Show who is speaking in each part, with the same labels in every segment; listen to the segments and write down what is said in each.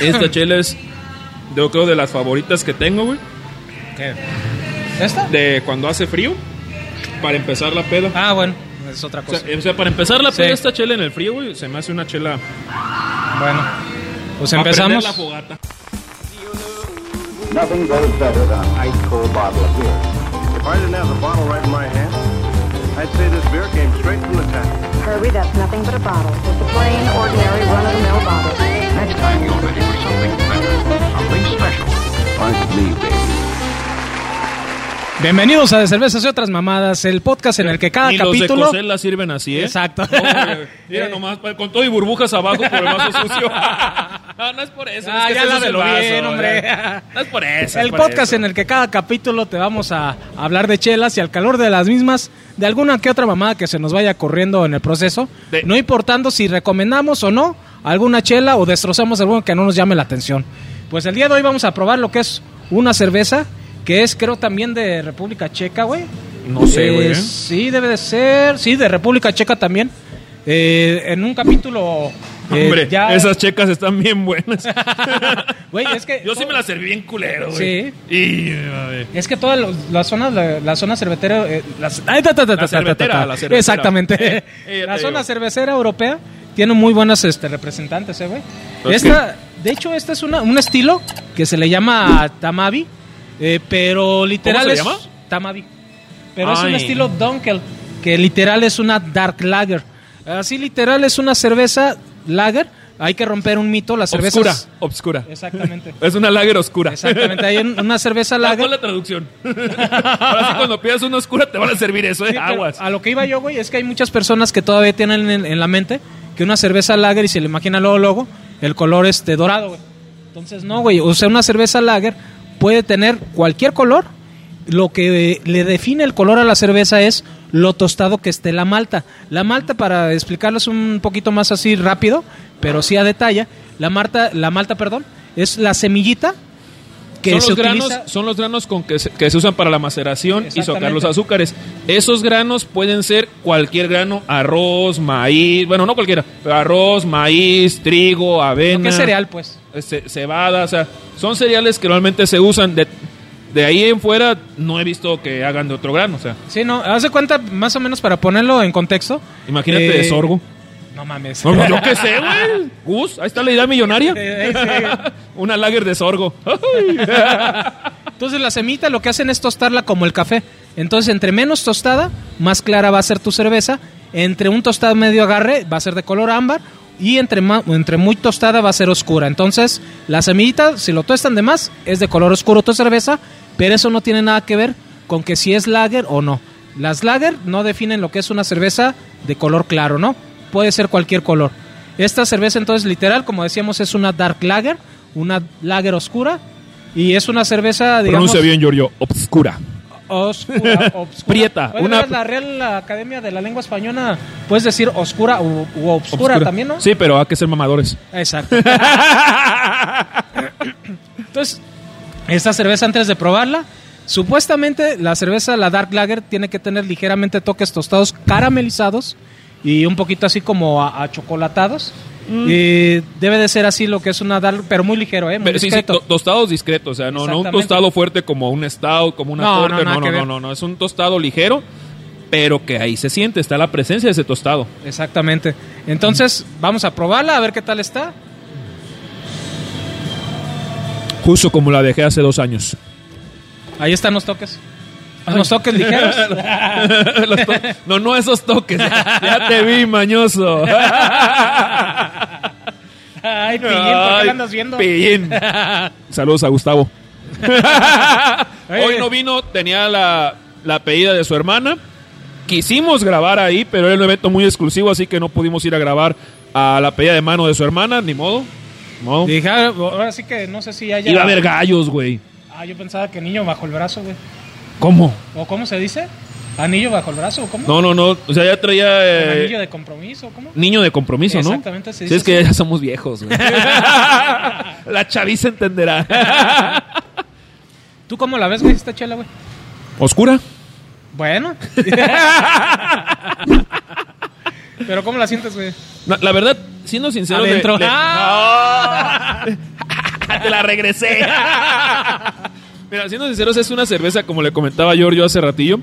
Speaker 1: Esta chela Este es, yo creo, de las favoritas que tengo, güey.
Speaker 2: ¿Qué? ¿Esta?
Speaker 1: De cuando hace frío, para empezar la peda.
Speaker 2: Ah, bueno, es otra
Speaker 1: O
Speaker 2: cosa.
Speaker 1: sea, o sea, para empezar la
Speaker 2: Sí.
Speaker 1: peda, esta chela en el frío, güey, se me hace una chela.
Speaker 2: bueno, pues
Speaker 1: pa' prender
Speaker 2: empezamos.
Speaker 1: la fogata.
Speaker 3: Nothing goes better than an ice cold bottle of beer. If I didn't have the bottle right in my hand, I'd say this beer came straight from the tap.
Speaker 4: Herbie, that's nothing but a bottle. Just a plain, ordinary, run-of-the-mill bottle.
Speaker 3: Next time you're ready for something better, something special. Find me, baby.
Speaker 2: Bienvenidos a De Cervezas y Otras Mamadas, el podcast en el que cada
Speaker 1: Ni los de
Speaker 2: capítulo...
Speaker 1: Cosel la sirven así, ¿eh?
Speaker 2: Exacto.
Speaker 1: No, güey, mira nomás, con todo y burbujas abajo por el vaso sucio. no, no es por eso. es
Speaker 2: Ah,
Speaker 1: que
Speaker 2: ya
Speaker 1: ese no es
Speaker 2: la
Speaker 1: el
Speaker 2: veló
Speaker 1: vaso,
Speaker 2: bien, hombre.
Speaker 1: ya. No es por eso.
Speaker 2: El podcast en el que cada capítulo te vamos a hablar de chelas y al calor de las mismas, de alguna que otra mamada que se nos vaya corriendo en el proceso,
Speaker 1: De-
Speaker 2: no importando si recomendamos o no alguna chela o destrozamos alguna que no nos llame la atención. Pues el día de hoy vamos a probar lo que es una cerveza, que es creo también de República Checa, güey.
Speaker 1: No sé, güey, ¿eh?
Speaker 2: Sí, debe de ser, sí, de República Checa también. Eh, en un capítulo... eh,
Speaker 1: Hombre,
Speaker 2: ya-
Speaker 1: esas checas están bien buenas.
Speaker 2: Güey, es que-
Speaker 1: Yo sí me las serví bien culero, güey.
Speaker 2: Sí.
Speaker 1: Y, a ver.
Speaker 2: Es que todas las- las zonas, la, la zona cervecera, eh, las- ay, ta, ta, ta, ta, ta, ta,
Speaker 1: cervecera,
Speaker 2: ta.
Speaker 1: la cervecera.
Speaker 2: exactamente,
Speaker 1: Eh, eh, ya
Speaker 2: la
Speaker 1: te
Speaker 2: zona
Speaker 1: digo.
Speaker 2: cervecera europea tiene muy buenas este, representantes, eh, güey.
Speaker 1: Pues
Speaker 2: Esta, de hecho, esta es una, un estilo que se le llama tamabi, eh, pero literal
Speaker 1: se le
Speaker 2: es
Speaker 1: llama?
Speaker 2: tamabi, pero es un
Speaker 1: Ay.
Speaker 2: estilo dunkel que literal es una dark lager. Así literal es una cerveza lager. Hay que romper un mito, la cerveza
Speaker 1: Obscura, obscura.
Speaker 2: Exactamente.
Speaker 1: Es una lager oscura.
Speaker 2: Exactamente, hay un- una cerveza
Speaker 1: Ah, ¿Cuál
Speaker 2: lager.
Speaker 1: es la traducción? Ahora sí, cuando pidas una oscura, te van a servir eso, ¿eh?
Speaker 2: Sí, Ah, pero
Speaker 1: Aguas.
Speaker 2: A lo que iba yo, güey, es que hay muchas personas que todavía tienen en, en la mente que una cerveza lager y se le imagina luego, luego el color este dorado, güey. Entonces, no, güey. O sea, una cerveza lager puede tener cualquier color. Lo que eh, le define el color a la cerveza es lo tostado que esté la malta. La malta, para explicarles un poquito más así rápido, pero sí a detalle, la, malta, la malta, perdón, es la semillita que
Speaker 1: son,
Speaker 2: se
Speaker 1: los granos,
Speaker 2: utiliza-
Speaker 1: son los granos con que se, que se usan para la maceración y socar los
Speaker 2: Exactamente.
Speaker 1: azúcares. Esos granos pueden ser cualquier grano, arroz, maíz, bueno, no cualquiera, pero arroz, maíz, trigo, avena.
Speaker 2: Lo que es cereal, pues.
Speaker 1: ce- cebada, o sea, son cereales que normalmente se usan. De, de ahí en fuera no he visto que hagan de otro grano, o sea,
Speaker 2: Sí, no, haz de cuenta, más o menos para ponerlo en contexto.
Speaker 1: imagínate de
Speaker 2: eh,
Speaker 1: sorgo.
Speaker 2: No mames.
Speaker 1: No, yo qué sé, güey. Gus, ahí está la idea
Speaker 2: Eh, eh,
Speaker 1: millonaria.
Speaker 2: sí.
Speaker 1: Una lager de sorgo. Ah,
Speaker 2: Entonces la semita lo que hacen es tostarla como el café. Entonces entre menos tostada, más clara va a ser tu cerveza. Entre un tostado medio agarre va a ser de color ámbar. Y entre, ma- entre muy tostada va a ser oscura. Entonces la semillita, si lo tostan de más, es de color oscuro tu cerveza. Pero eso no tiene nada que ver con que si es lager o no. Las lager no definen lo que es una cerveza de color claro, ¿no? Puede ser cualquier color. Esta cerveza entonces literal, como decíamos, es una dark lager, una lager oscura y es una cerveza, digamos,
Speaker 1: Pronuncia bien, Giorgio. Obscura.
Speaker 2: oscura, obscura.
Speaker 1: Prieta,
Speaker 2: Bueno,
Speaker 1: una-
Speaker 2: es la Real Academia de la Lengua Española puedes decir oscura u, u obscura, también, ¿no?
Speaker 1: Sí, pero hay que ser mamadores.
Speaker 2: Exacto. Entonces, esta cerveza antes de probarla, supuestamente la cerveza, la Dark Lager, tiene que tener ligeramente toques tostados caramelizados y un poquito así como a, a chocolatados. Y debe de ser así lo que es una Dark, pero muy ligero, ¿eh? Muy
Speaker 1: Pero sí, sí,
Speaker 2: discreto.
Speaker 1: to- tostados discretos, o sea, no, no un
Speaker 2: Exactamente.
Speaker 1: tostado fuerte como un stout, como una
Speaker 2: No,
Speaker 1: porter, no,
Speaker 2: no, nada
Speaker 1: no,
Speaker 2: que
Speaker 1: no, no,
Speaker 2: ver.
Speaker 1: no, es un tostado ligero, pero que ahí se siente, está la presencia de ese tostado.
Speaker 2: Exactamente. Entonces, vamos a probarla, a ver qué tal está.
Speaker 1: Justo como la dejé hace dos años.
Speaker 2: Ahí están los toques. Los toques ligeros.
Speaker 1: Los to- no, no esos toques, ya, ya te vi, mañoso.
Speaker 2: Ay, pillín, ¿por qué
Speaker 1: Ay,
Speaker 2: la andas viendo?
Speaker 1: Pillín. Saludos a Gustavo. Hoy
Speaker 2: Oye.
Speaker 1: no vino, tenía la, la pedida de su hermana. Quisimos grabar ahí, pero era un evento muy exclusivo, así que no pudimos ir a grabar a la pedida de mano de su hermana, ni modo. ni modo.
Speaker 2: Dije, ah, ahora sí que no sé si haya...
Speaker 1: Iba a haber gallos, güey.
Speaker 2: Ah, yo pensaba que niño bajo el brazo, güey.
Speaker 1: ¿Cómo?
Speaker 2: ¿O cómo se dice? ¿Anillo bajo el brazo? ¿Cómo?
Speaker 1: No, no, no. O sea, ya traía.
Speaker 2: ¿Un
Speaker 1: eh,
Speaker 2: anillo de compromiso? ¿Cómo?
Speaker 1: Niño de compromiso, ¿no?
Speaker 2: Exactamente, se
Speaker 1: Sí,
Speaker 2: dice
Speaker 1: es que ya somos viejos, güey. La chaviza entenderá.
Speaker 2: ¿Tú cómo la ves, güey, esta chela, güey?
Speaker 1: ¿Oscura?
Speaker 2: Bueno. Pero ¿cómo la sientes, güey?
Speaker 1: No, la verdad, siendo sincero, le-
Speaker 2: Adentro.
Speaker 1: le-
Speaker 2: ¡Ah!
Speaker 1: te la regresé. Mira, siendo sinceros, es una cerveza, como le comentaba Giorgio hace ratillo,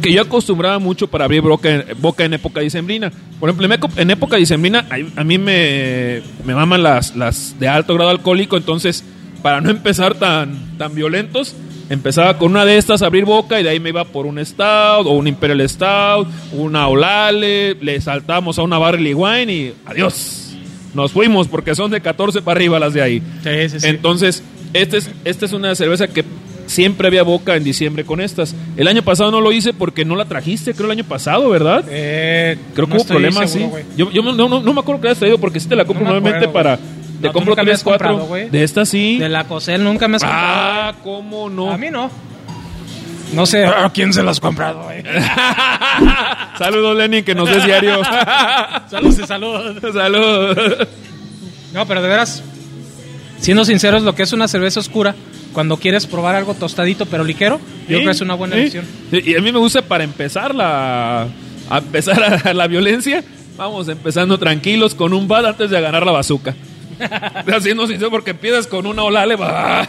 Speaker 1: que yo acostumbraba mucho para abrir boca en, boca en época dicembrina. Por ejemplo, en eco- en época dicembrina ay- a mí me, me maman las, las de alto grado alcohólico, entonces para no empezar tan, tan violentos, empezaba con una de estas, abrir boca y de ahí me iba por un stout o un imperial stout, una olale, le saltamos a una barley wine y adiós. Nos fuimos porque son de 14 para arriba las de ahí.
Speaker 2: Sí, sí, sí.
Speaker 1: Entonces, este es, esta es una cerveza que siempre había boca en diciembre con estas. El año pasado no lo hice porque no la trajiste, creo el año pasado, ¿verdad?
Speaker 2: Eh,
Speaker 1: creo que
Speaker 2: no
Speaker 1: hubo
Speaker 2: estoy
Speaker 1: problemas,
Speaker 2: seguro,
Speaker 1: sí.
Speaker 2: güey.
Speaker 1: Yo, yo no, no, no me acuerdo que la hayas traído porque si te la compro
Speaker 2: No me
Speaker 1: nuevamente
Speaker 2: acuerdo,
Speaker 1: para...
Speaker 2: güey.
Speaker 1: Te
Speaker 2: No, tú
Speaker 1: compro
Speaker 2: nunca me
Speaker 1: tres,
Speaker 2: has comprado,
Speaker 1: cuatro.
Speaker 2: güey.
Speaker 1: De esta sí.
Speaker 2: De la Cosel nunca me has comprado.
Speaker 1: Ah, ¿cómo no? Ah,
Speaker 2: A mí no. No sé a quién se las has comprado, güey.
Speaker 1: Saludos, Lenin, que nos des diario.
Speaker 2: Saludos y saludos.
Speaker 1: Saludos.
Speaker 2: No, pero de veras, siendo sinceros, lo que es una cerveza oscura, cuando quieres probar algo tostadito pero ligero, yo creo que es una buena
Speaker 1: ¿Eh? Sí.
Speaker 2: elección.
Speaker 1: Y y a mí me gusta para empezar la a empezar a- la violencia. Vamos empezando tranquilos con un bad antes de ganar la bazooka. Haciendo sincero porque empiezas con una olale. va,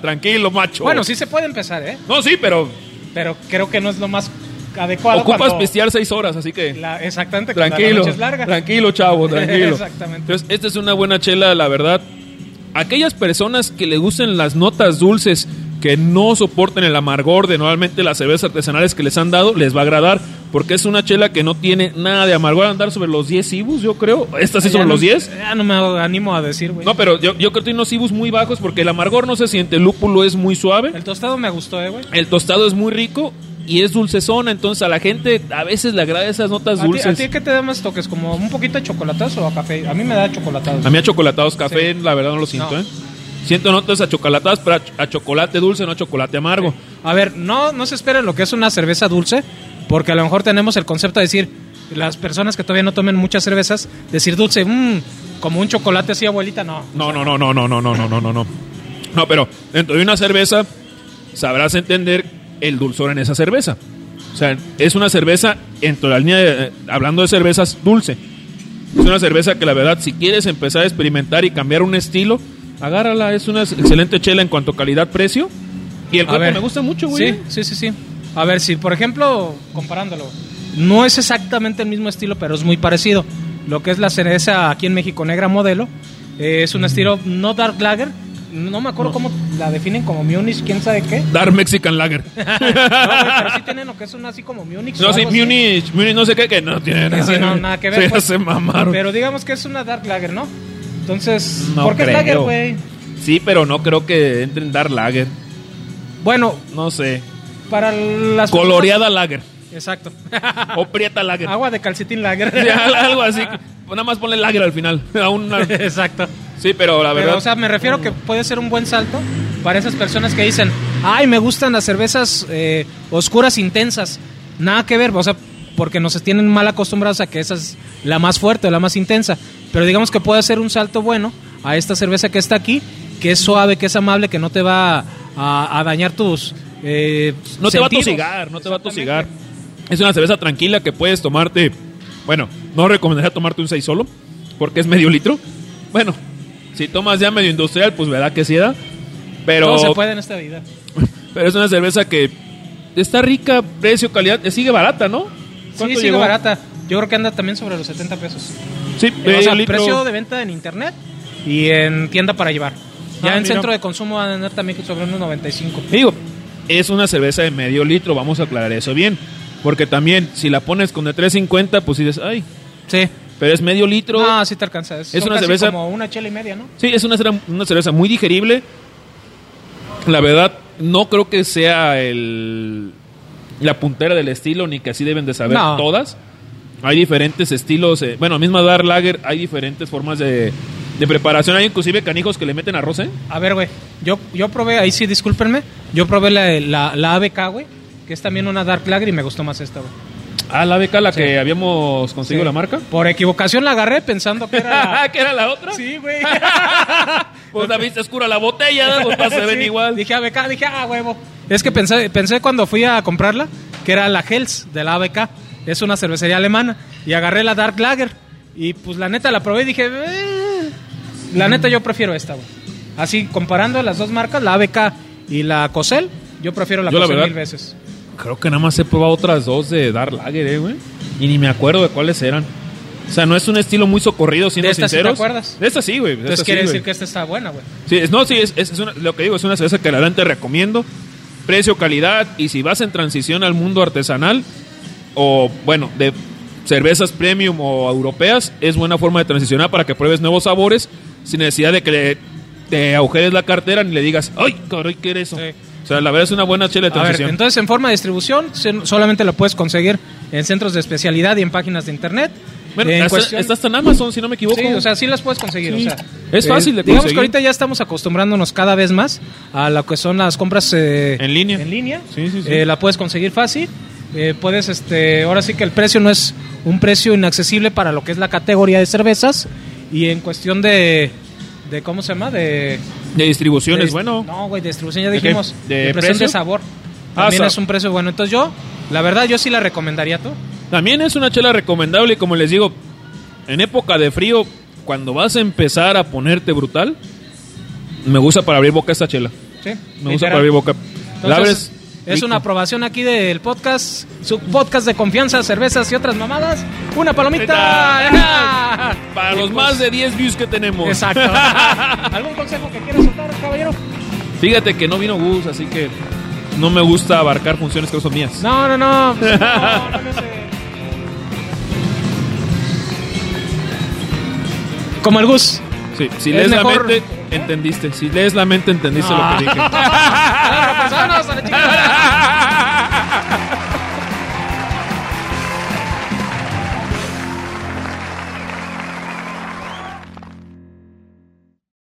Speaker 1: Tranquilo, macho.
Speaker 2: Bueno, sí se puede empezar, ¿eh?
Speaker 1: No, sí, pero
Speaker 2: Pero creo que no es lo más adecuado.
Speaker 1: ocupas
Speaker 2: cuando
Speaker 1: pistear seis horas, así que.
Speaker 2: la- exactamente, cuando la
Speaker 1: Tranquilo,
Speaker 2: noche es larga.
Speaker 1: tranquilo, chavo, tranquilo.
Speaker 2: Exactamente.
Speaker 1: Entonces, esta es una buena chela, la verdad. Aquellas personas que le gusten las notas dulces, que no soporten el amargor de normalmente las cervezas artesanales que les han dado, les va a agradar, porque es una chela que no tiene nada de amargor. Van a andar sobre los 10 IBUs, yo creo. Esta sí
Speaker 2: Ya
Speaker 1: sobre
Speaker 2: no-
Speaker 1: los 10.
Speaker 2: Ya no me animo a decir, güey.
Speaker 1: No, pero yo, yo creo que tiene unos IBUs muy bajos porque el amargor no se siente, el lúpulo es muy suave.
Speaker 2: El tostado me gustó, ¿eh, güey?
Speaker 1: El tostado es muy rico y es dulcezona, entonces a la gente a veces le agrada esas notas
Speaker 2: ¿A ti,
Speaker 1: dulces.
Speaker 2: ¿A ti qué te da más toques? ¿Como un poquito de chocolatazo o a café? A mí me da chocolatazo.
Speaker 1: A mí achocolatados café,
Speaker 2: Sí.
Speaker 1: la verdad no lo siento,
Speaker 2: No.
Speaker 1: ¿eh? Siento notas achocolatadas, pero a, ch- a chocolate dulce, no a chocolate amargo.
Speaker 2: A ver, no, no se espera lo que es una cerveza dulce, porque a lo mejor tenemos el concepto de decir, las personas que todavía no tomen muchas cervezas, decir dulce, mmm, como un chocolate así, abuelita, no.
Speaker 1: No, no, no, no, no, no, no, no, no, no, no. No, pero dentro de una cerveza sabrás entender el dulzor en esa cerveza. O sea, es una cerveza, dentro de la línea, de- eh, hablando de cervezas, dulce. Es una cerveza que la verdad, si quieres empezar a experimentar y cambiar un estilo, agárrala. Es una excelente chela en cuanto a calidad-precio. Y el
Speaker 2: A
Speaker 1: cuerpo
Speaker 2: ver.
Speaker 1: me gusta mucho, güey. ¿eh?
Speaker 2: Sí, sí, sí, sí. A ver, si por ejemplo, comparándolo, no es exactamente el mismo estilo, pero es muy parecido. Lo que es la cereza aquí en México Negra Modelo, eh, es un estilo no dark lager, no me acuerdo cómo la definen como Munich, quién sabe qué.
Speaker 1: Dar Mexican Lager.
Speaker 2: No, güey, pero sí tienen lo que es una así como Munich. o
Speaker 1: No, sí,
Speaker 2: algo así.
Speaker 1: Munich, Munich no sé qué, que no tiene nada,
Speaker 2: sí,
Speaker 1: de-
Speaker 2: no, nada que ver,
Speaker 1: Se,
Speaker 2: pues.
Speaker 1: se mamaron.
Speaker 2: Pero digamos que es una dark lager, ¿no? Entonces,
Speaker 1: No
Speaker 2: ¿por qué es
Speaker 1: creo.
Speaker 2: lager, güey?
Speaker 1: Sí, pero no creo que entren Dar Lager.
Speaker 2: Bueno,
Speaker 1: No sé.
Speaker 2: para las
Speaker 1: Coloreada Lager.
Speaker 2: Exacto.
Speaker 1: O Prieta Lager.
Speaker 2: Agua de calcetín lager.
Speaker 1: Sí, al- algo así. Nada más ponle Lager al final. A una-
Speaker 2: Exacto.
Speaker 1: Sí, pero la
Speaker 2: Pero,
Speaker 1: verdad.
Speaker 2: o sea, me refiero que puede ser un buen salto para esas personas que dicen, ay, me gustan las cervezas eh, oscuras intensas. Nada que ver, o sea, porque nos tienen mal acostumbrados a que esa es la más fuerte o la más intensa. Pero digamos que puede ser un salto bueno a esta cerveza que está aquí, que es suave, que es amable, que no te va a, a dañar tus... eh,
Speaker 1: no te va a
Speaker 2: sentidos.
Speaker 1: tosigar, no te va a tosigar.
Speaker 2: Exactamente.
Speaker 1: Es una cerveza tranquila que puedes tomarte. Bueno, no recomendaría tomarte un 6 solo, porque es medio litro. Bueno, si tomas ya medio industrial, pues verdad que sí da. Pero
Speaker 2: Todo se puede en esta vida.
Speaker 1: Pero es una cerveza que está rica, precio, calidad, eh, sigue barata, ¿no?
Speaker 2: Sí,
Speaker 1: ¿Cuánto
Speaker 2: sigue
Speaker 1: llegó?
Speaker 2: barata. Yo creo que anda también sobre los 70 pesos.
Speaker 1: Sí,
Speaker 2: Eh, o sea,
Speaker 1: medio litro.
Speaker 2: precio de venta en internet y en tienda para llevar. Ya
Speaker 1: Ah,
Speaker 2: en
Speaker 1: mira.
Speaker 2: centro de consumo van a andar también sobre unos 95.
Speaker 1: Digo, es una cerveza de medio litro, vamos a aclarar eso bien. Porque también, si la pones con de 3.50, pues dices, ay,
Speaker 2: Sí.
Speaker 1: pero es medio litro.
Speaker 2: Ah, sí te alcanza. Es,
Speaker 1: una
Speaker 2: una
Speaker 1: cerveza-
Speaker 2: cerveza. Como una chela y media, ¿no?
Speaker 1: Sí, es una, cera- una cerveza muy digerible. La verdad, no creo que sea el, la puntera del estilo, ni que así deben de saber
Speaker 2: No.
Speaker 1: todas. Hay diferentes estilos. eh, bueno, misma Dar Lager, hay diferentes formas de, de preparación. Hay inclusive canijos que le meten arroz, ¿eh?
Speaker 2: A ver, güey. Yo, yo probé, ahí sí, discúlpenme. Yo probé la, la, la ABK, güey. Que es también una Dark Lager y me gustó más esta, güey.
Speaker 1: Ah, la beca, la
Speaker 2: Sí.
Speaker 1: que habíamos conseguido
Speaker 2: Sí.
Speaker 1: la marca.
Speaker 2: Por equivocación la agarré pensando que era.
Speaker 1: ¿Que era la otra?
Speaker 2: la- sí, güey.
Speaker 1: Pues la viste oscura la botella, pues pa, se ven
Speaker 2: Sí,
Speaker 1: igual.
Speaker 2: Dije ABK, dije, ah, huevo. Es que pensé, pensé cuando fui a comprarla que era la Hels de la ABK. Es una cervecería alemana. Y agarré la Dark Lager. Y pues la neta la probé y dije, "Eh, la neta yo prefiero esta, güey. Así, comparando las dos marcas, la ABK y la Cosel, yo prefiero la
Speaker 1: Yo, la
Speaker 2: Cosel
Speaker 1: verdad,
Speaker 2: mil veces.
Speaker 1: Creo que nada más he probado otras dos de Dark Lager, eh, güey. Y ni me acuerdo de cuáles eran. O sea, no es un estilo muy socorrido, siendo
Speaker 2: ¿De esta sí te
Speaker 1: sinceros.
Speaker 2: acuerdas?
Speaker 1: De esta sí, güey. de
Speaker 2: Entonces
Speaker 1: esta sí,
Speaker 2: quiere decir
Speaker 1: güey.
Speaker 2: que esta está buena, güey.
Speaker 1: Sí, es- no, sí, es, es- es una- lo que digo, es una cerveza que la verdad te recomiendo. Precio, calidad, y si vas en transición al mundo artesanal, o bueno, de cervezas premium o europeas, es buena forma de transicionar para que pruebes nuevos sabores sin necesidad de que le- te agujeres la cartera ni le digas, ¡ay, caray, qué eres eso!
Speaker 2: Sí.
Speaker 1: O sea, la verdad es una buena chela de
Speaker 2: A ver,
Speaker 1: transición.
Speaker 2: entonces en forma de distribución se- solamente la puedes conseguir en centros de especialidad y en páginas de internet.
Speaker 1: bueno,
Speaker 2: en
Speaker 1: hasta-
Speaker 2: cuestión-
Speaker 1: está hasta en Amazon, si no me equivoco.
Speaker 2: Sí, o sea, sí las puedes conseguir.
Speaker 1: Sí.
Speaker 2: o sea, eh,
Speaker 1: Es fácil de
Speaker 2: Digamos
Speaker 1: conseguir.
Speaker 2: que ahorita ya estamos acostumbrándonos cada vez más a lo que son las compras eh,
Speaker 1: En línea.
Speaker 2: En línea.
Speaker 1: Sí, sí, sí.
Speaker 2: Eh, la puedes conseguir fácil. Eh, puedes, este, ahora sí que el precio no es un precio inaccesible para lo que es la categoría de cervezas y en cuestión de, de ¿cómo se llama? De,
Speaker 1: de distribución
Speaker 2: de
Speaker 1: es
Speaker 2: dist-
Speaker 1: bueno.
Speaker 2: No, güey, de distribución ya
Speaker 1: ¿De qué?
Speaker 2: dijimos.
Speaker 1: ¿De
Speaker 2: De, presión
Speaker 1: precio?
Speaker 2: de sabor.
Speaker 1: Ah,
Speaker 2: También
Speaker 1: sab-
Speaker 2: es un precio bueno. Entonces yo, la verdad, yo sí la recomendaría tú.
Speaker 1: También es una chela recomendable y como les digo, en época de frío, cuando vas a empezar a ponerte brutal, me gusta para abrir boca esta chela.
Speaker 2: Sí.
Speaker 1: Me gusta
Speaker 2: literal.
Speaker 1: para abrir boca. La
Speaker 2: Entonces,
Speaker 1: abres,
Speaker 2: es
Speaker 1: rico.
Speaker 2: una aprobación aquí del podcast, su podcast de confianza, cervezas y otras mamadas. Una palomita.
Speaker 1: Para los más de 10 views que tenemos.
Speaker 2: Exacto. ¿Algún consejo que quieras soltar, caballero?
Speaker 1: Fíjate que no vino Gus, así que no me gusta abarcar funciones que no son mías.
Speaker 2: No, no, no. No, no, no sé. Como el Gus.
Speaker 1: Sí, si
Speaker 2: Es
Speaker 1: lees
Speaker 2: mejor-
Speaker 1: la mente,
Speaker 2: Ah.
Speaker 1: entendiste. Si lees la mente, entendiste lo que dije.
Speaker 2: Vámonos, vámonos, a la chingada.